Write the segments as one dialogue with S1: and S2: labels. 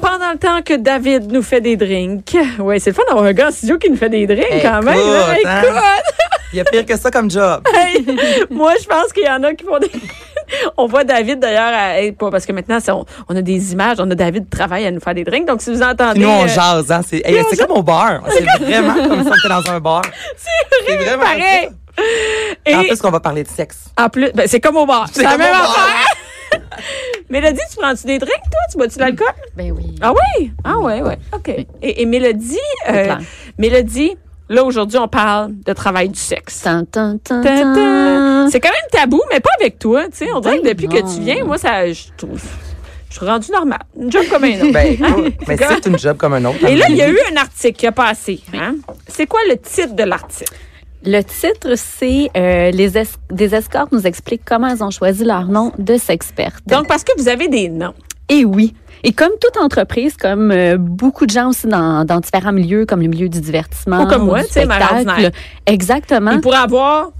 S1: pendant le temps que David nous fait des drinks. Ouais, c'est le fun d'avoir un gars en studio qui nous fait des drinks quand même. là.
S2: Écoute, hein?
S1: Écoute, Ah,
S2: Il y a pire que ça comme job.
S1: hey, moi, je pense qu'il y en a qui font des. On voit David d'ailleurs, à- hey, pas- parce que maintenant, c'est- on, on a des images, on a David travaille à nous faire des drinks. Donc, si vous entendez.
S2: Puis nous, on
S1: euh,
S2: jase. Hein? C'est hey,
S1: on
S2: c'est
S1: jase.
S2: comme au bar. C'est vraiment comme si on était dans un bar.
S1: c'est vrai,
S2: c'est vraiment
S1: pareil.
S2: hein. Et en
S1: Et-
S2: plus, qu'on va parler de sexe.
S1: En plus, ben, c'est comme au bar. C'est la
S2: comme
S1: même
S2: au bar.
S1: affaire. Mélodie, tu prends-tu des drinks, toi? Tu bois-tu de l'alcool?
S3: Ben oui. Mm.
S1: Ah oui? Ah ouais, ouais. OK. Et, et Mélodie, euh,
S3: clair.
S1: Mélodie, là, aujourd'hui, on parle de travail du sexe.
S3: Tan, tan, tan,
S1: Tintin.
S3: tan.
S1: C'est quand même tabou, mais pas avec toi. Tu sais, on dirait que
S3: Ben
S1: depuis
S3: non.
S1: que tu viens, moi, ça, je trouve, je suis rendue normale. Une job comme un autre. Hein?
S2: Ben, écoute, mais c'est une job comme un autre.
S1: Ah, Et là, il y a eu un article qui a passé. Hein? C'est quoi le titre de l'article?
S3: Le titre, c'est euh, les es- des escortes nous expliquent comment elles ont choisi leur nom de sexperte.
S1: Donc, parce que vous avez des noms.
S3: Et oui. Et comme toute entreprise, comme euh, beaucoup de gens aussi dans, dans différents milieux, comme le milieu du divertissement,
S1: Ou comme moi,
S3: du
S1: tu sais, Mère
S3: spectacle,
S1: Ordinaire.
S3: Exactement.
S1: Il pourrait avoir.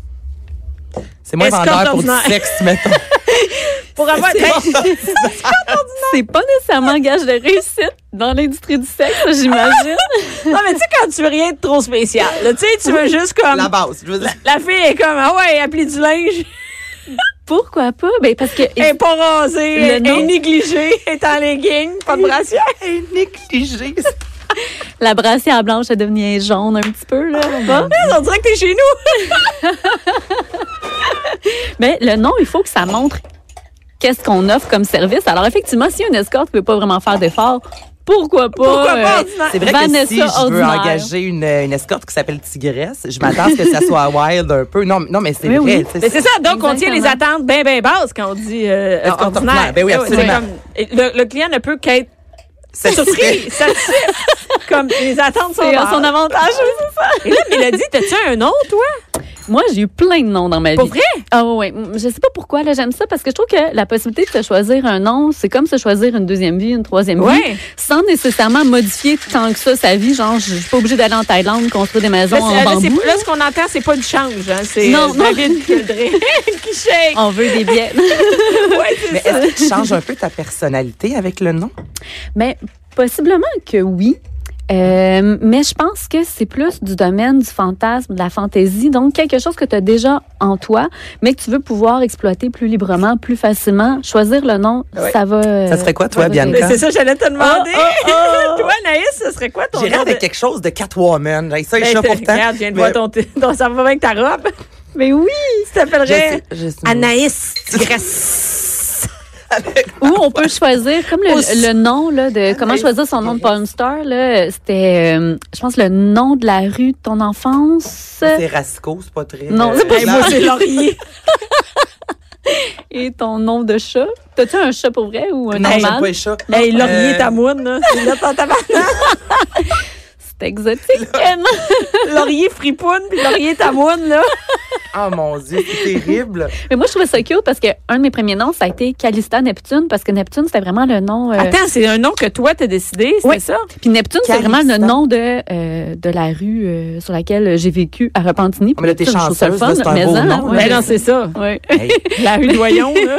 S2: C'est moins
S1: Escorte
S2: vendeur pour du
S1: ordinaire.
S2: sexe, mettons.
S1: Pour avoir
S3: C'est pas nécessairement un gage de réussite dans l'industrie du sexe, j'imagine.
S1: non, mais tu sais, quand tu veux rien de trop spécial, là, tu sais, tu veux juste comme.
S2: La
S1: La,
S2: base. Je veux dire.
S1: fille est comme, ah ouais, elle plie du linge,
S3: Pourquoi pas? Ben, parce que.
S1: elle est pas rasée,
S3: Le
S1: elle est
S3: nom-
S1: négligée, elle est en legging, pas de brassière.
S2: Négligé.
S3: La brassière blanche, elle devenait jaune un petit peu, là.
S1: Ah,
S3: là-bas.
S1: On dirait que t'es chez nous.
S3: Mais le nom, il faut que ça montre qu'est-ce qu'on offre comme service. Alors, effectivement, si une escorte ne peut pas vraiment faire d'efforts, pourquoi pas?
S1: Pourquoi pas?
S3: euh,
S1: ordinaire?
S2: C'est vrai
S3: Vanessa
S2: que si je veux
S3: Ordinaire.
S2: engager une, euh, une escorte qui s'appelle Tigresse, je m'attends à ce que ça soit wild un peu. Non, mais- non mais c'est
S3: Oui,
S2: vrai.
S3: oui.
S2: tu sais,
S1: Mais c'est ça, donc on tient
S3: Exactement.
S1: les attentes bien, bien basses quand on dit euh,
S2: Ah,
S1: ordinaire.
S2: ordinaire. Ben oui,
S1: C'est
S2: absolument.
S1: comme- et le, le client ne peut qu'être
S2: c'est-
S1: surpris, satisfait. comme les attentes sont
S3: C'est à
S1: basses.
S3: son avantage.
S1: Et là, Mélodie, t'as-tu un nom, toi?
S3: Moi, j'ai eu plein de noms dans ma vie.
S1: Pour vrai?
S3: Ah ouais, ouais. Je sais pas pourquoi, là, j'aime ça parce que je trouve que la possibilité de se choisir un nom, c'est comme se choisir une deuxième vie, une troisième
S1: Ouais.
S3: vie, sans nécessairement modifier tant que ça sa vie. Genre, je je suis pas obligée d'aller en Thaïlande construire des maisons
S1: Là, c'est-
S3: en
S1: là, c'est-
S3: bambou.
S1: là, ce qu'on entend, c'est pas du change. Hein, c'est
S3: Non,
S1: euh,
S3: non.
S1: David Kildré qui shake.
S3: On veut des billets.
S1: Ouais, c'est
S2: Mais est-ce que tu changes un peu ta personnalité avec le nom?
S3: Mais possiblement que oui. Euh, mais je pense que c'est plus du domaine du fantasme, de la fantaisie, donc quelque chose que tu as déjà en toi, mais que tu veux pouvoir exploiter plus librement, plus facilement. Choisir le nom,
S2: Ouais.
S3: ça va. euh,
S2: Ça serait quoi, toi,
S3: va
S2: Bianca?
S3: t'aider.
S1: Mais c'est ça, Ah, j'allais te demander.
S3: Oh,
S1: toi, Anaïs, ce serait quoi ton nom?
S2: J'irais
S1: de-
S2: avec quelque chose de Catwoman. J'ai ça, je
S1: Ben,
S2: suis là
S1: t'es-
S2: pourtant.
S1: Regarde, je viens de
S2: Mais-
S1: voir ton, t- ton- Ça va bien avec ta robe.
S3: Mais oui!
S1: Tu t'appellerais
S2: Je sais- je sais-
S1: Anaïs Tigresse.
S3: Ou on peut choisir, comme le,
S2: Aussi.
S3: le nom, là, de comment choisir son nom de Palm Star, là, c'était, euh, je pense, le nom de la rue de ton enfance
S2: C'est Rasco, c'est pas très. euh,
S3: Non, c'est pas-
S1: Ben, moi, c'est Laurier.
S3: et ton nom de chat. T'as-tu un chat pour vrai ou un
S2: Non, j'aime pas
S3: normal?
S2: les chats.
S1: Hey,
S2: Euh,
S1: Laurier Tamoun, là. C'est là ton tabarnak.
S3: C'est exotique. Eh
S1: Laurier Fripoun, puis Laurier Tamoun, là.
S3: Euh.
S2: Oh mon Dieu, c'est terrible.
S3: Mais moi, je trouvais ça cute parce que un de mes premiers noms, ça a été Calista Neptune, parce que Neptune, c'était vraiment le nom. euh,
S1: Attends, c'est un nom que toi, t'as décidé, c'est
S3: Oui.
S1: ça?
S3: Puis Neptune, c'est
S2: Calista.
S3: vraiment le nom de, euh, de la rue euh, sur laquelle j'ai vécu à Repentigny.
S2: Ah, mais là, t'es
S3: Puis Neptune, je trouve ça le
S2: chanceuse, là, c'est un
S3: mais
S2: beau
S3: hein,
S2: nom,
S3: ouais.
S2: là.
S1: Ben non, c'est ça.
S3: Ouais.
S2: Hey,
S1: La rue Doyon, là.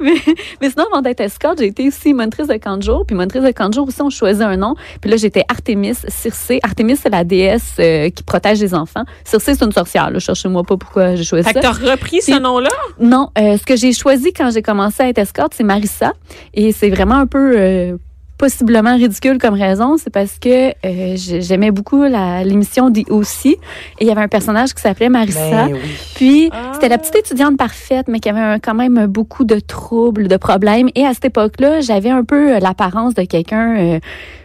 S3: mais, mais sinon, avant d'être escorte, j'ai été aussi monitrice de camp de jour. Puis monitrice de camp de jour aussi, on choisit un nom. Puis là, j'étais Artemis Circé. Artemis, c'est la déesse euh, qui protège les enfants. Circé, c'est une sorcière. là. Cherchez-moi pas pourquoi j'ai choisi
S1: Fait que
S3: ça.
S1: t'as repris ce
S3: C'est-
S1: nom-là?
S3: Non, euh, ce que j'ai choisi quand j'ai commencé à être escorte, c'est Marissa. Et c'est vraiment un peu euh, possiblement ridicule comme raison. C'est parce que euh, j'ai- j'aimais beaucoup la- l'émission des aussi. Et il y avait un personnage qui s'appelait Marissa.
S2: ben oui.
S3: Puis,
S1: Ah.
S3: c'était la petite étudiante parfaite, mais qui avait un- quand même beaucoup de troubles, de problèmes. Et à cette époque-là, j'avais un peu euh, l'apparence de quelqu'un... euh,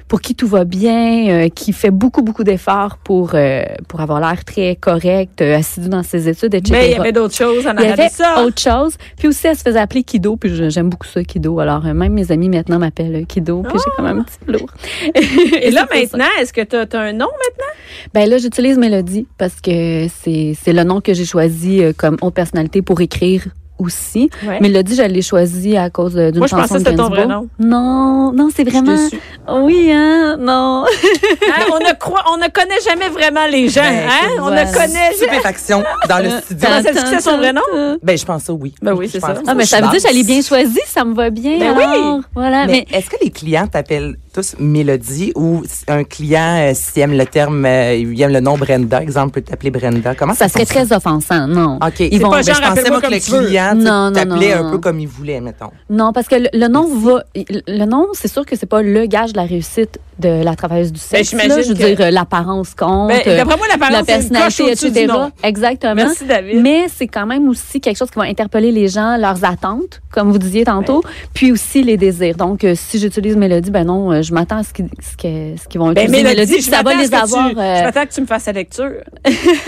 S3: pour qui tout va bien, euh, qui fait beaucoup, beaucoup d'efforts pour, euh, pour avoir l'air très correct, euh, assidu dans ses études, etc.
S1: Mais Ben, il y avait d'autres choses en
S3: Il y
S1: arrière
S3: avait
S1: de ça.
S3: autre chose. Puis aussi, elle se faisait appeler Kido. Puis je- j'aime beaucoup ça, Kido. Alors, euh, même mes amis maintenant m'appellent euh, Kido. Puis j'ai quand même un petit lourd.
S1: Et là,
S3: c'est pour ça.
S1: maintenant, est-ce que tu as, un nom? maintenant?
S3: Ben là, j'utilise Mélodie parce que c'est c'est le nom que j'ai choisi euh, comme haute personnalité pour écrire aussi. Mélodie, je l'ai choisi à cause de- d'une
S1: Moi, je
S3: chanson
S1: pensais que
S3: de
S1: c'était ton vrai
S3: Gainsbourg.
S1: nom.
S3: Non, non, c'est vraiment.
S1: Je suis déçue.
S3: Oui, hein, non.
S1: Hein, on, ne croit, on ne connaît jamais vraiment les gens.
S2: Ben,
S1: hein? On
S3: voilà.
S1: ne connaît jamais.
S2: Stupéfaction dans le studio.
S1: Euh, Comment ça se dit que c'est son vrai nom?
S3: hein?
S2: Ben, je pense ça, oui.
S1: Ben oui, c'est
S2: Je pense
S1: ça.
S3: Ah, mais
S2: je
S3: ça veut
S2: pense.
S3: dire que j'allais bien choisi, ça me va bien.
S1: Ben oui.
S3: alors. Voilà,
S2: Mais,
S3: mais,
S2: est-ce que les clients t'appellent tous Mélodie ou si un client, euh, s'il aime le terme, euh, il aime le nom Brenda, exemple, peut t'appeler Brenda? Comment
S3: ça
S2: ça
S3: serait
S2: fonctionne?
S3: très offensant, non.
S2: OK.
S3: Ils vont-
S1: pas
S2: Ben,
S1: genre,
S2: je pensais,
S1: appelle-moi
S2: moi, que
S1: comme
S2: le
S1: tu veux.
S2: client tu-
S3: Non, non,
S2: t'appelait
S3: non,
S2: un
S3: non.
S2: peu comme il voulait, mettons.
S3: Non, parce que le, le nom va. Le nom, c'est sûr que c'est pas le gage de la réussite de la travailleuse du sexe.
S1: Ben, j'imagine
S3: là. je veux
S1: que-
S3: dire, euh, l'apparence compte,
S1: Ben,
S3: euh,
S1: D'après moi, la
S3: la
S1: parole, c'est une coche
S3: personnalité,
S1: au-dessus du
S3: etc.
S1: nom.
S3: Exactement.
S1: Merci, David.
S3: Mais c'est quand même aussi quelque chose qui va interpeller les gens, leurs attentes, comme vous disiez tantôt, puis aussi les désirs. Donc, euh, si j'utilise Mélodie, ben non, euh, je m'attends à ce qu'ils ce que- ce qu'ils vont
S1: Ben,
S3: utiliser
S1: Mélodie,
S3: Mélodie, puis
S1: je
S3: ça va
S1: m'attends à ce
S3: les
S1: que tu-
S3: avoir. euh,
S1: Je m'attends que tu me fasses la lecture.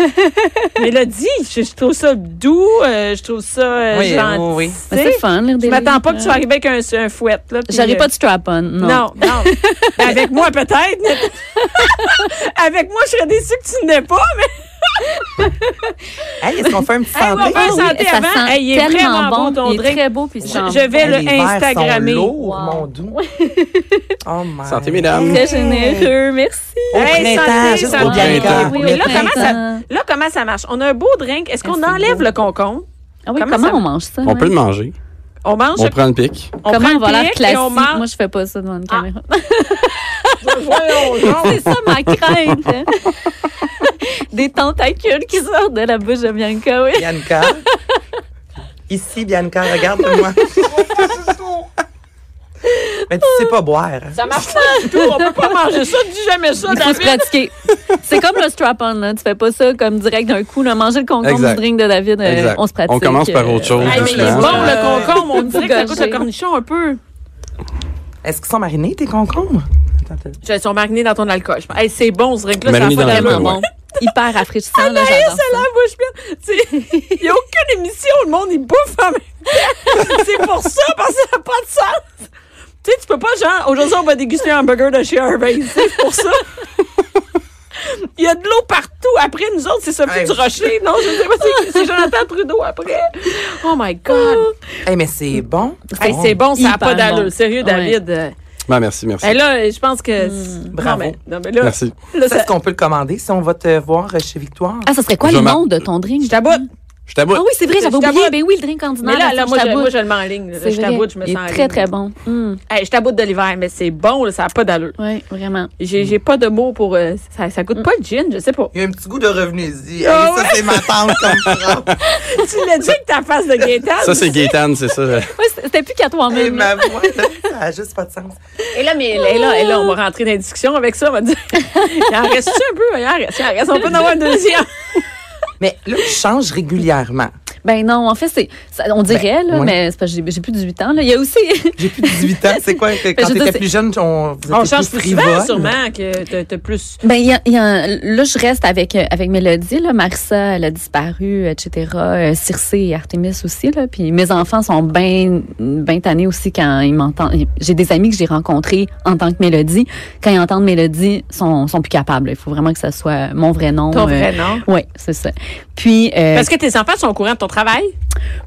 S1: Mélodie, je, je trouve ça doux, euh, je trouve ça euh,
S2: Oui, oui,
S1: gentil.
S2: oui.
S3: ben, c'est le fun, lire des
S1: Je m'attends
S3: livres,
S1: pas que tu
S3: euh.
S1: arrives avec un, un fouet. Là, puis,
S3: J'aurais
S1: euh,
S3: pas de strap-on,
S1: Non,
S3: non.
S1: non. Ben, avec moi, peut-être. mais- avec moi, je serais déçue que tu n'aies pas, mais
S2: Hey, est-ce qu'on fait un petit
S1: Hey, on
S2: santé?
S1: va faire
S3: Oui,
S1: santé
S3: ça
S1: avant.
S3: sent
S1: Hey, il est
S3: tellement
S1: vraiment
S3: bon,
S1: bon, ton
S3: il est
S1: drink.
S3: très beau, puis
S1: Je,
S3: j'en
S1: je vais
S2: Les
S1: le
S2: verres sont
S1: Instagrammer.
S2: lourds,
S3: Wow.
S2: mon doux. Oh my.
S4: Santé, mesdames.
S3: Très généreux, merci.
S2: Au
S1: Hey,
S2: printemps,
S1: santé,
S2: juste
S1: santé.
S2: pour Bianca.
S4: Oui,
S1: oui,
S2: Pour
S1: oui.
S2: le
S1: Là,
S2: printemps.
S1: comment ça- Là, comment ça marche? On a un beau drink. Est-ce qu'on
S3: Ah, c'est
S1: enlève
S3: beau.
S1: le concombre?
S3: Ah oui,
S1: Comment
S3: comment,
S1: ça-
S3: on mange ça?
S4: On
S3: ouais?
S4: peut le manger.
S1: On mange,
S4: On prend une pique.
S1: on
S3: comment
S1: prend
S3: on va
S1: le
S3: l'air
S1: pic et
S3: classique?
S1: on
S3: Moi,
S1: mange.
S3: je fais pas ça devant une
S1: Ah.
S3: caméra. C'est ça ma crainte. hein. Des tentacules qui sortent de la bouche de Bianca, oui.
S2: Bianca. Ici, Bianca, regarde-moi. Mais tu sais pas boire. hein.
S1: Ça marche pas du tout. On peut pas manger ça. Dis jamais ça,
S3: Il faut se
S1: David.
S3: pratiquer. C'est comme le strap-on, là. Tu fais pas ça comme direct d'un coup. Là. Manger le concombre du
S4: Exact.
S3: drink de David, euh,
S4: Exact.
S3: on se pratique. euh,
S4: On commence par autre chose,
S1: Hey, mais il est
S4: Doucement.
S1: bon, le concombre. On dirait que ça
S3: Gorgée.
S1: goûte le cornichon un peu.
S2: Est-ce qu'ils sont marinés, tes concombres? Attends, t'as-
S1: Ils sont marinés dans ton alcool. Je pense. Hey, c'est bon, ce drink-là.
S4: Mariné
S1: ça a pas
S4: dans
S1: d'allure.
S3: Vraiment
S4: Ouais.
S3: bon. Hyper rafraîchissant, là,
S1: la
S3: j'adore ça.
S1: bouche pleine. Tu sais, Il n'y a aucune émission, le monde, il bouffe en même temps. C'est pour ça, parce que ça n'a pas de sens. Tu sais, tu peux pas, genre, aujourd'hui, on va déguster un burger de chez Harvey. C'est pour ça. Il y a de l'eau partout. Après, nous autres, c'est Sophie
S2: Hey.
S1: du Rocher. Non, je sais pas, c'est- c'est Jonathan Trudeau après. Oh my God.
S2: Hey, mais c'est bon.
S1: Hey,
S2: Oh,
S1: c'est bon, ça n'a
S3: Hyper
S1: pas d'allure.
S3: bon.
S1: Sérieux,
S3: Ouais.
S1: David. Euh,
S4: Ben, merci, merci.
S1: hey, là, je pense que.
S2: Bravo.
S1: Hmm. Non, mais, non, mais là,
S4: Merci.
S1: là,
S2: Ça,
S1: ça-
S2: est-ce qu'on peut le commander si on va te voir euh, chez Victoire?
S3: Ah, ça serait quoi
S4: Je
S3: le
S4: m'a-
S3: nom de ton drink?
S1: je taboute.
S4: Je t'aboute.
S3: Ah oui, c'est vrai, j'avais
S1: Je
S3: oublié.
S1: taboute.
S3: Ben oui, le drink ordinaire.
S1: Mais là,
S3: la
S1: là,
S3: sauce
S1: moi, je,
S3: taboute.
S1: moi, je le mets en ligne. là.
S3: C'est
S1: Je
S3: vrai.
S1: taboute, je me
S3: Il
S1: sens en
S3: est très,
S1: ligne.
S3: très bon. Hum.
S1: Hey, je taboute de l'hiver, mais c'est bon, là, ça n'a pas d'allure.
S3: Oui, vraiment.
S1: J'ai j'ai pas de mots pour. euh, ça, ça goûte pas le gin, je sais pas.
S2: Il y a un petit goût de revenez-y.
S1: Ah
S2: Hey, Ça, c'est ma tante comme ça.
S1: tu l'as dit que ta face de Gaétan.
S4: Ça, c'est Gaétane, c'est ça.
S3: Ouais, c'était c'était plus qu'à
S2: Hey,
S3: toi-même. là.
S2: ma voix, là, ça a juste pas de sens.
S1: Et là, mais là, et là, et là, on va rentrer dans la discussion avec ça. On va dire. Il en reste un peu? Il en reste. Il en reste. On peut en avoir un deuxième.
S2: Mais là, tu changes régulièrement.
S3: Ben non, en fait, c'est, ça- on dirait,
S2: Ben,
S3: là,
S2: ouais.
S3: mais c'est parce que j'ai, j'ai plus de 18 ans. Là. Il y a aussi.
S2: J'ai plus de 18 ans. C'est quoi? que
S3: je
S2: Quand
S3: veux dire,
S2: t'étais
S3: c'est-
S2: plus jeune, on, vous
S1: On
S2: étiez
S1: change
S2: plus
S1: plus souvent,
S2: frivole.
S1: sûrement, que t'as- t'as plus.
S3: ben, il y a, il y a- là, je reste avec, euh, avec Mélodie. Là. Marissa, elle a disparu, etc. Euh, Circé et Artemis aussi. Là. Puis mes enfants sont bien ben tannés aussi quand ils m'entendent. J'ai des amis que j'ai rencontrés en tant que Mélodie. Quand ils entendent Mélodie, ils sont, sont plus capables. là. Il faut vraiment que ça soit mon vrai nom.
S1: Ton vrai nom.
S3: Oui, c'est ça. Puis. euh,
S1: Parce que tes enfants sont au courant de ton travail.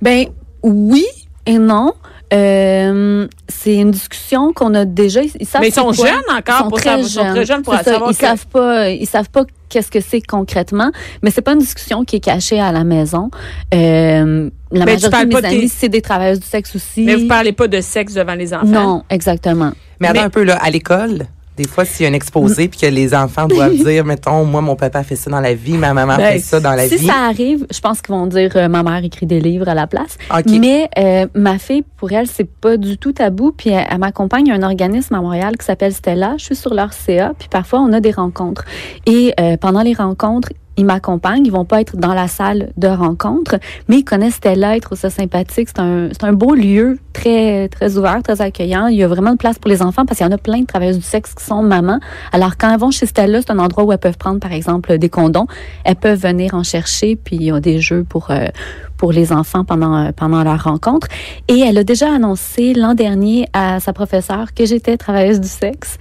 S3: Ben oui et non. Euh, c'est une discussion qu'on a déjà. Ils, ils savent
S1: Mais ils
S3: c'est
S1: sont
S3: quoi.
S1: jeunes
S3: Ils
S1: encore
S3: sont
S1: pour
S3: très
S1: savoir-
S3: jeunes.
S1: ils sont très jeunes pour
S3: C'est ça,
S1: savoir
S3: ils
S1: que-
S3: savent pas. Ils savent pas qu'est-ce que c'est concrètement. Mais c'est pas une discussion qui est cachée à la maison. Euh, la
S1: Mais tu
S3: majorité
S1: parles
S3: de
S1: pas
S3: mes
S1: de
S3: amis,
S1: tes-
S3: c'est des travailleuses du sexe aussi.
S1: Mais vous parlez pas de sexe devant les enfants.
S3: non, exactement.
S2: Mais attends
S1: Mais-
S2: un peu, là, à l'école, des fois, s'il y a un exposé puis que les enfants doivent dire, mettons, moi, mon papa fait ça dans la vie, ma maman
S1: Ben,
S2: fait ça dans la
S3: si
S2: vie.
S3: ça arrive, je pense qu'ils vont dire euh, ma mère écrit des livres à la place.
S2: OK.
S3: Mais euh, ma fille, pour elle, c'est pas du tout tabou. Puis elle, elle m'accompagne à un organisme à Montréal qui s'appelle Stella. Je suis sur leur CA. Puis parfois, on a des rencontres. Et euh, pendant les rencontres, ils m'accompagnent. Ils vont pas être dans la salle de rencontre, mais ils connaissent tel être ou ça sympathique. C'est un, c'est un beau lieu très, très ouvert, très accueillant. Il y a vraiment de place pour les enfants parce qu'il y en a plein de travailleuses du sexe qui sont mamans. Alors, quand elles vont chez Stella, c'est un endroit où elles peuvent prendre, par exemple, des condoms. Elles peuvent venir en chercher, puis il y a des jeux pour, euh, pour les enfants pendant, euh, pendant leur rencontre. Et elle a déjà annoncé l'an dernier à sa professeure que j'étais travailleuse du sexe.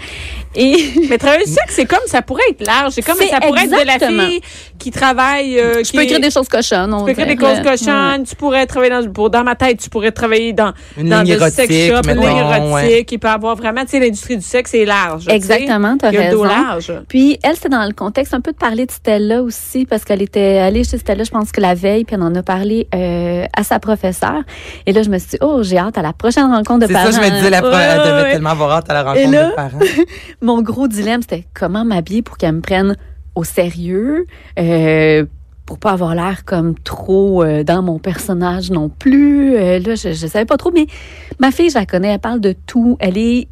S3: Et
S1: Mais travailler le sexe, c'est comme ça pourrait être large. C'est comme
S3: C'est
S1: ça pourrait être de
S3: exactement.
S1: la fille qui travaille. euh,
S3: je
S1: qui
S3: peux
S1: est-
S3: écrire des choses cochonnes.
S1: tu peux écrire des causes cochonnes. Tu pourrais travailler dans, pour, dans ma tête, tu pourrais travailler dans,
S2: Une
S1: dans
S2: ligne
S1: le sex
S2: érotique,
S1: shop, une ligne
S2: mettons, ouais.
S1: érotique. Il peut avoir vraiment, tu sais, l'industrie du sexe est large. tu sais.
S3: Exactement, t'as
S1: Il y a le dos
S3: raison.
S1: large.
S3: Puis elle, c'était dans le contexte un peu de parler de Stella aussi, parce qu'elle était allée chez Stella, je pense que la veille, puis elle en a parlé euh, à sa professeure. Et là, je me suis dit, oh, j'ai hâte à la prochaine rencontre de
S2: C'est
S3: parents.
S2: ça, je me disais, la pro-
S3: Ouais,
S2: elle
S3: ouais,
S2: devait
S3: ouais.
S2: tellement avoir hâte à la
S3: Et
S2: rencontre
S3: là-
S2: des parents.
S3: Mon gros dilemme, c'était comment m'habiller pour qu'elle me prenne au sérieux, euh, pour pas avoir l'air comme trop euh, dans mon personnage non plus. Euh, là, je, je savais pas trop, mais ma fille, je la connais, elle parle de tout. Elle est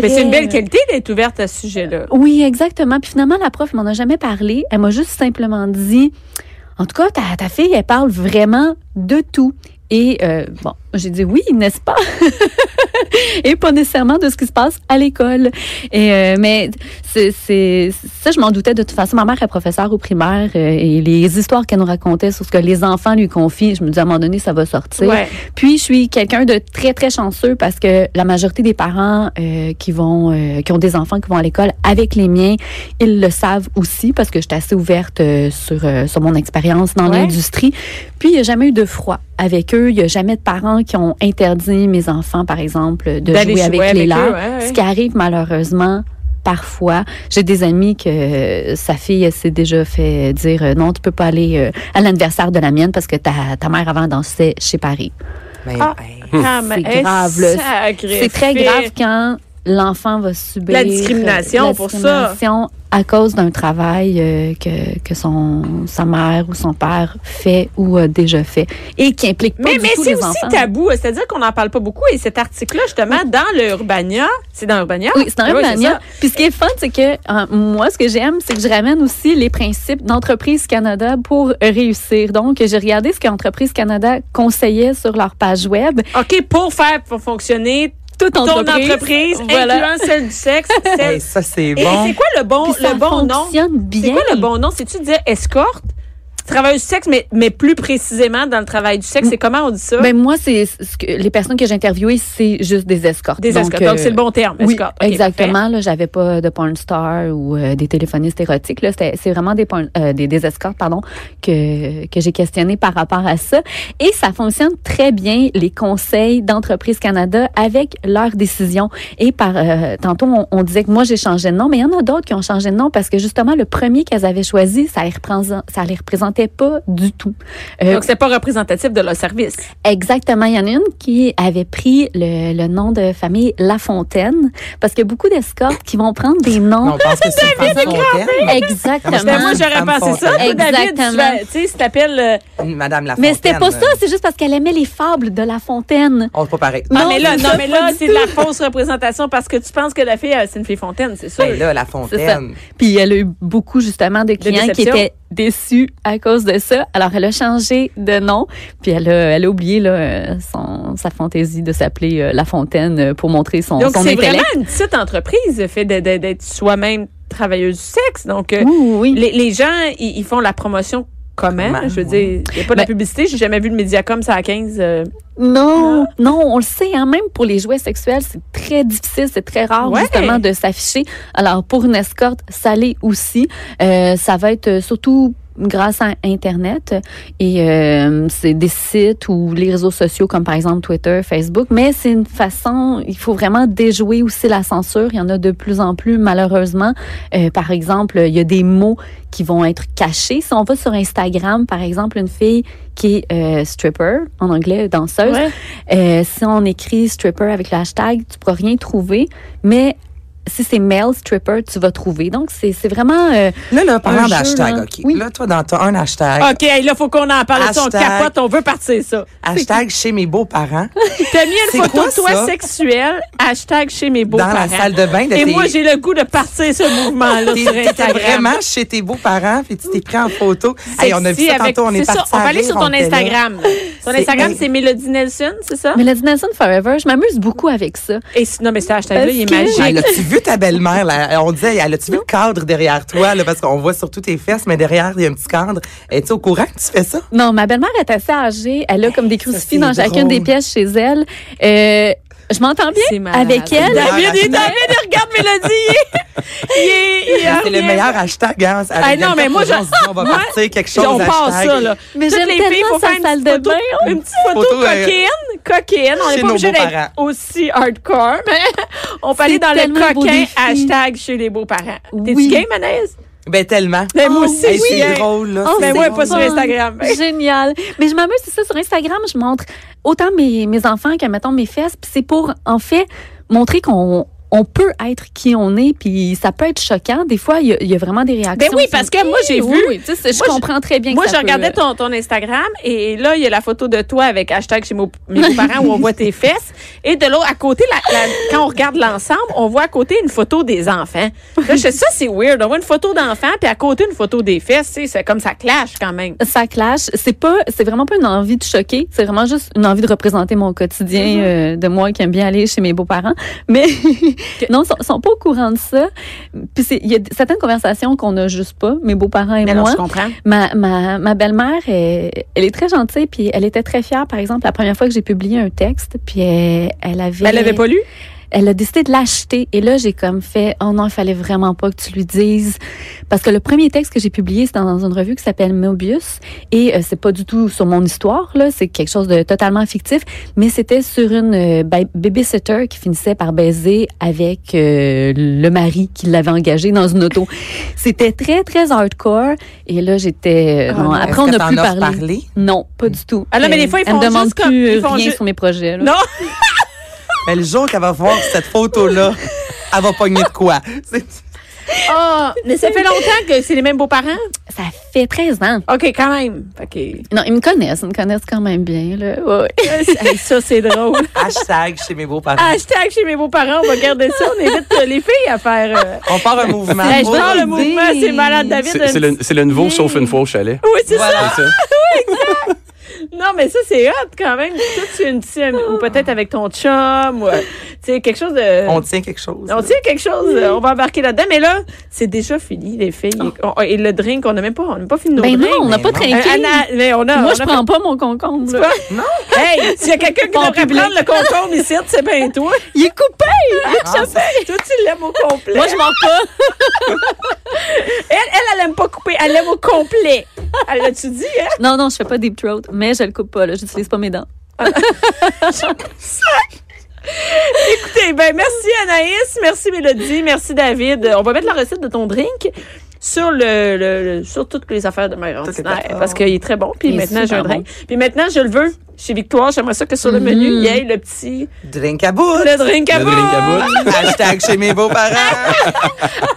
S1: Mais c'est une
S3: très- euh,
S1: belle qualité d'être ouverte à ce sujet-là.
S3: oui, exactement. Puis finalement, la prof m'en a jamais parlé. Elle m'a juste simplement dit, en tout cas, ta, ta fille, elle parle vraiment de tout. Et euh, bon, j'ai dit oui, n'est-ce pas? et pas nécessairement de ce qui se passe à l'école. Et euh, mais c'est c'est- ça, je m'en doutais de toute façon. Ma mère est professeure au primaire euh, et les histoires qu'elle nous racontait sur ce que les enfants lui confient, je me disais à un moment donné, ça va sortir.
S1: Ouais.
S3: Puis je suis quelqu'un de très très chanceux parce que la majorité des parents euh, qui vont euh, qui ont des enfants qui vont à l'école avec les miens, ils le savent aussi parce que j'étais assez ouverte euh, sur euh, sur mon expérience dans
S1: Ouais.
S3: l'industrie. Puis il n'y a jamais eu de froid avec eux, il n'y a jamais de parents qui ont interdit mes enfants par exemple de
S1: D'aller
S3: jouer avec, les
S1: eux,
S3: leurs.
S1: ouais, ouais.
S3: Ce qui arrive malheureusement parfois, j'ai des amis que euh, sa fille elle s'est déjà fait dire euh, non, tu peux pas aller euh, à l'anniversaire de la mienne parce que ta, ta mère avant dansait chez Paris.
S2: Ben,
S1: Ah.
S2: hey.
S1: Ah, mais
S3: C'est grave, là.
S1: sacré
S3: C'est très
S1: fait.
S3: grave quand l'enfant va subir
S1: La discrimination,
S3: euh, la
S1: pour ça.
S3: discrimination à cause d'un travail euh, que, que son, sa mère ou son père fait ou a déjà fait et qui implique pas
S1: Mais,
S3: du
S1: mais
S3: tout
S1: c'est
S3: les
S1: aussi
S3: enfants.
S1: tabou, c'est-à-dire qu'on n'en parle pas beaucoup. Et cet article-là, justement, dans le Urbania, c'est dans Urbania?
S3: Oui, c'est dans
S1: Ah ouais,
S3: Urbania.
S1: ça.
S3: Puis ce qui est fun, c'est que euh, moi, ce que j'aime, c'est que je ramène aussi les principes d'Entreprise Canada pour réussir. Donc, j'ai regardé ce qu'Entreprise Canada conseillait sur leur page web.
S1: OK, pour faire pour fonctionner
S3: Toute
S1: ton
S3: entreprise.
S1: entreprise,
S3: Voilà.
S1: incluant celle du sexe, celle...
S2: ben, Hey, ça, c'est
S1: Et
S2: bon.
S1: c'est quoi le bon,
S3: Puis ça
S1: le bon nom?
S3: fonctionne bien.
S1: C'est quoi le bon nom? C'est-tu de dire escorte? Travail du sexe, mais, mais plus précisément dans le travail du sexe, c'est comment on dit ça?
S3: Ben moi, c'est ce que les personnes que j'ai interviewées, c'est juste des escortes.
S1: Des escortes.
S3: euh,
S1: Donc, c'est le bon terme,
S3: Oui,
S1: escorte. OK,
S3: exactement. Là, j'avais pas de porn star ou euh, des téléphonistes érotiques. Là, C'était- c'est vraiment des, porn- euh, des des escortes, pardon, que que j'ai questionné par rapport à ça. Et ça fonctionne très bien les conseils d'entreprise Canada avec leurs décisions. Et par euh, tantôt, on, on disait que moi j'ai changé de nom, mais il y en a d'autres qui ont changé de nom parce que justement le premier qu'elles avaient choisi, ça les représent- ça les représentait pas du tout.
S1: parfait.
S3: Euh,
S1: Donc, c'est pas représentatif de leur service.
S3: Exactement. Il y en a une qui avait pris le, le nom de famille Lafontaine parce qu'il y a beaucoup d'escortes qui vont prendre des
S2: Non,
S3: noms.
S2: on pense que c'est une femme fontaine.
S1: Mais
S3: Exactement.
S1: Ben, moi, j'aurais
S2: Femme
S1: pensé ça. Toi, David, tu
S3: Exactement.
S1: vas- tu sais, si t'appelles... euh,
S2: Une Madame la
S3: Mais c'était pas ça, c'est juste parce qu'elle aimait les fables de La Fontaine.
S2: On c'est pas pareil.
S1: Ah,
S3: Non,
S1: mais là,
S3: c'est
S1: non,
S3: ça,
S1: mais
S3: pas
S1: là,
S3: du
S1: c'est de la fausse représentation parce que tu penses que la fille, euh, c'est une fille fontaine, c'est sûr.
S2: Ben là, la
S3: C'est ça.
S2: fontaine.
S3: Puis elle a eu beaucoup justement de clients qui
S1: déceptions.
S3: étaient déçus à cause de ça. Alors elle a changé de nom, puis elle a, elle a oublié là, euh, son, sa fantaisie de s'appeler euh, La Fontaine euh, pour montrer son,
S1: Donc,
S3: son
S1: c'est
S3: intellect.
S1: vraiment une petite entreprise, le fait de- de- d'être soi-même travailleuse du sexe. Donc, euh,
S3: Oui, oui.
S1: les, les gens, ils ils font la promotion comment?
S2: Comment,
S1: Je veux
S2: ouais.
S1: dire, il n'y a pas de la
S3: Ben-
S1: publicité. J'ai jamais vu le Mediacom, ça à 15. euh,
S3: Non, non, on le sait, hein, même pour les jouets sexuels, c'est très difficile, c'est très rare
S1: Ouais.
S3: justement de s'afficher. Alors pour une escorte, ça l'est aussi. Euh, ça va être euh, surtout grâce à Internet et euh, c'est des sites ou les réseaux sociaux comme par exemple Twitter, Facebook, mais c'est une façon, il faut vraiment déjouer aussi la censure. Il y en a de plus en plus malheureusement. Euh, par exemple, il y a des mots qui vont être cachés. Si on va sur Instagram, par exemple, une fille qui est euh, stripper, en anglais, danseuse,
S1: Ouais.
S3: euh, si on écrit stripper avec le hashtag, tu pourras rien trouver, mais si c'est male stripper, tu vas trouver. Donc, c'est c'est vraiment. euh,
S2: Là, là,
S3: Un
S2: parlant
S3: jeu,
S2: d'hashtag,
S3: là.
S2: OK.
S3: Oui.
S2: Là, toi, dans ton un hashtag.
S5: OK, hey, là, faut qu'on en parle. de Ça, on
S2: Hashtag.
S5: capote, on veut partir ça.
S2: Hashtag chez mes beaux-parents.
S5: T'as mis
S2: C'est
S5: une photo
S2: quoi,
S5: de toi
S2: ça?
S5: sexuelle, hashtag chez mes beaux-parents.
S2: Dans la salle de bain de
S5: Et
S2: tes-
S5: moi, j'ai le goût de partir ce mouvement-là
S2: T'es-
S5: sur
S2: T'étais
S5: Instagram.
S2: vraiment chez tes beaux-parents, puis tu t'es pris en photo.
S1: Sexy
S2: Hey, on a vu ça
S1: avec-
S2: tantôt, on est,
S1: c'est ça,
S2: partis
S1: On
S2: à
S1: va aller
S2: rire,
S1: sur
S2: on
S1: ton
S2: était là.
S1: Instagram. Ton
S2: C'est-
S1: Instagram,
S2: hey.
S1: c'est Mélodie Nelson, c'est ça?
S3: Mélodie Nelson Forever, je m'amuse beaucoup avec ça.
S5: Et si- non, mais cet hashtag-là, il est
S3: Parce que-
S5: magique.
S2: Hey, as-tu vu ta belle-mère? là? On disait, elle a-tu vu le cadre derrière toi? Là, parce qu'on voit surtout tes fesses, mais derrière, il y a un petit cadre. Es-tu au courant que tu fais ça?
S3: Non, ma belle-mère est assez âgée. Elle a comme des crucifix
S2: c'est
S3: dans chacune
S2: drôle.
S3: des pièces chez elle. Euh, je m'entends
S1: C'est
S3: bien
S1: malade.
S3: avec elle.
S2: D'ailleurs,
S5: David, il est
S2: hashtag-
S5: en train de regarder Mélodie. Il est- il est- il est-
S2: C'est le meilleur hashtag. Hein? Avec
S5: Hey, non,
S2: Bianca
S5: mais moi,
S2: Proulx,
S5: je-
S2: on se dit, on va
S5: moi,
S2: partir quelque chose.
S5: On passe
S2: hashtag.
S5: ça, là.
S3: Mais
S5: Toutes
S3: j'aime
S5: les filles,
S3: tellement
S5: faut
S3: sa
S5: faire une
S3: salle
S5: petite
S3: de
S5: photo-
S3: bain.
S5: Une petite photo,
S2: Photo, euh,
S5: coquine, coquine. On
S2: chez
S5: n'est pas
S2: nos
S5: obligé d'être
S2: beaux-parents.
S5: aussi hardcore, mais on peut aller
S3: C'est
S5: dans le
S3: tellement un beau
S5: coquin
S3: défi.
S5: hashtag chez les beaux-parents. T'es-tu
S3: Oui.
S5: game, Anaïs?
S2: Ben, tellement.
S5: Ben,
S1: Oh,
S5: moi aussi,
S2: Hey,
S5: je suis
S2: c'est
S5: game.
S2: drôle, là.
S3: Oh,
S2: c'est
S5: Ben, ouais,
S2: drôle.
S5: pas sur
S3: fun.
S5: Instagram. ben.
S3: Génial. Mais je m'amuse, c'est ça, sur Instagram, je montre autant mes, mes enfants que, mettons, mes fesses. Puis c'est pour, en fait, montrer qu'on on peut être qui on est. Puis ça peut être choquant. Des fois, il y, a- il y a vraiment des réactions.
S1: oui, parce que moi, j'ai
S3: Oui,
S1: vu-
S3: oui, tu sais, je
S1: Moi, je-
S3: comprends très bien
S1: Moi,
S3: que
S1: je
S3: ça
S1: regardais
S3: peut- euh,
S1: ton, ton Instagram et là, il y a la photo de toi avec hashtag chez mo- mes beaux-parents où on voit tes fesses. Et de l'autre, à côté, la- la- quand on regarde l'ensemble, on voit à côté une photo des enfants. Là, je sais, ça, c'est weird. On voit une photo d'enfant puis à côté, une photo des fesses. Tu sais, C'est comme ça clash quand même.
S3: ça clash. C'est pas, c'est vraiment pas une envie de choquer. C'est vraiment juste une envie de représenter mon quotidien
S1: Mm-hmm.
S3: euh, de moi qui aime bien aller chez mes beaux-parents. Mais non, ils sont, sont pas au courant de ça. Puis c'est- il y a d- certaines conversations qu'on a juste pas, mes beaux-parents et
S1: Mais non,
S3: moi.
S1: je comprends.
S3: Ma, ma, ma belle-mère, elle, elle est très gentille, puis elle était très fière, par exemple, la première fois que j'ai publié un texte, puis elle, elle avait...
S1: Mais elle l'avait pas lu?
S3: Elle a décidé de l'acheter, et là, j'ai comme fait, oh non, il fallait vraiment pas que tu lui dises, parce que le premier texte que j'ai publié, c'était dans une revue qui s'appelle Mobius, et euh, c'est pas du tout sur mon histoire, là, c'est quelque chose de totalement fictif, mais c'était sur une euh, ba- babysitter qui finissait par baiser avec euh, le mari qui l'avait engagé dans une auto. C'était très, très hardcore, et là, j'étais... euh,
S1: Ah
S3: non,
S1: non.
S2: Est-ce
S3: après, on
S2: que
S3: n'a
S2: t'en
S3: plus
S2: as
S3: parlé.
S2: reparlé?
S3: Non, pas du tout.
S1: Ah là, mais
S3: Elle-
S1: des fois, ils
S3: elle me
S1: font
S3: demande
S1: juste
S3: plus
S1: comme- ils
S3: euh,
S1: font
S3: rien
S1: ju-
S3: sur mes projets. là.
S1: Non!
S2: Ben, le jour qu'elle va voir cette photo-là, elle va pogner de quoi? C'est-
S1: Ah, mais ça fait longtemps que c'est les mêmes beaux-parents?
S3: Ça fait 13 ans.
S1: OK, quand même. OK.
S3: Non, ils me connaissent, ils me connaissent quand même bien. Là. Ouais, ouais.
S1: Hey, ça, c'est drôle.
S2: Hashtag chez mes beaux-parents.
S1: Hashtag chez mes beaux-parents, on va garder ça. On évite euh, les filles à faire. euh,
S2: On part un mouvement.
S1: Hey, je
S2: Oh,
S1: parle le
S3: idée.
S1: mouvement, c'est malade, David.
S4: C'est c'est le, c'est le nouveau, sauf une fois au chalet.
S1: Oui, c'est
S2: Voilà.
S4: C'est ça.
S1: ça. Non, mais ça, c'est hot quand même. Toi, tu as une petite. amie- Ou peut-être avec ton chum. ou, euh, Tu sais, quelque chose de.
S2: On tient quelque chose.
S1: On tient quelque chose, euh, on va embarquer là-dedans. Mais là, c'est déjà fini, les filles. On- et le drink, on n'a même pas, on n'a pas fini nos
S3: Ben non,
S1: drinks.
S3: on n'a pas
S2: non.
S3: trinqué.
S1: Euh, Anna, Oh. mais on a,
S3: Moi,
S1: on
S3: je
S1: a
S3: prends pas mon concombre. là.
S2: Non?
S1: fait- Hey, s'il y a quelqu'un qui
S3: En
S1: devrait
S3: public.
S1: prendre le concombre ici, c'est bien toi.
S3: Il est coupé!
S2: Ah, ça-
S1: Toi, tu l'aimes au complet.
S3: Moi, je m'en pas.
S1: Elle, elle, elle aime pas couper. Elle l'aime au complet. Elle l'a-tu dit, hein?
S3: Non, non, je fais pas deep throat, mais je le coupe pas. là. J'utilise pas mes dents.
S1: Écoutez, ben, merci Anaïs, merci Mélodie, merci David. Euh, On va mettre la recette de ton drink sur le, le- le- sur toutes les affaires de mère
S2: Toutes les
S1: ordinaire
S2: plateformes.
S1: parce qu'il est très bon. Puis
S3: Il est
S1: maintenant, j'ai un
S3: super
S1: drink. Puis maintenant, je le veux chez Victoire. J'aimerais ça que sur le menu, il y
S3: Mm.
S1: ait le petit
S2: Drink à bout.
S1: le drink à
S4: Le
S1: bout.
S4: drink à bout.
S2: Hashtag chez mes beaux-parents.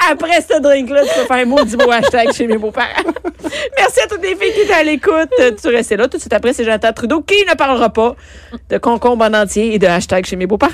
S1: Après ce drink-là, tu peux faire un mot du beau hashtag chez mes beaux-parents. Merci à toutes les filles qui étaient à l'écoute. Euh, Tu restais là. Tout de suite après, c'est Jonathan Trudeau qui ne parlera pas de concombre en entier et de hashtag chez mes beaux-parents.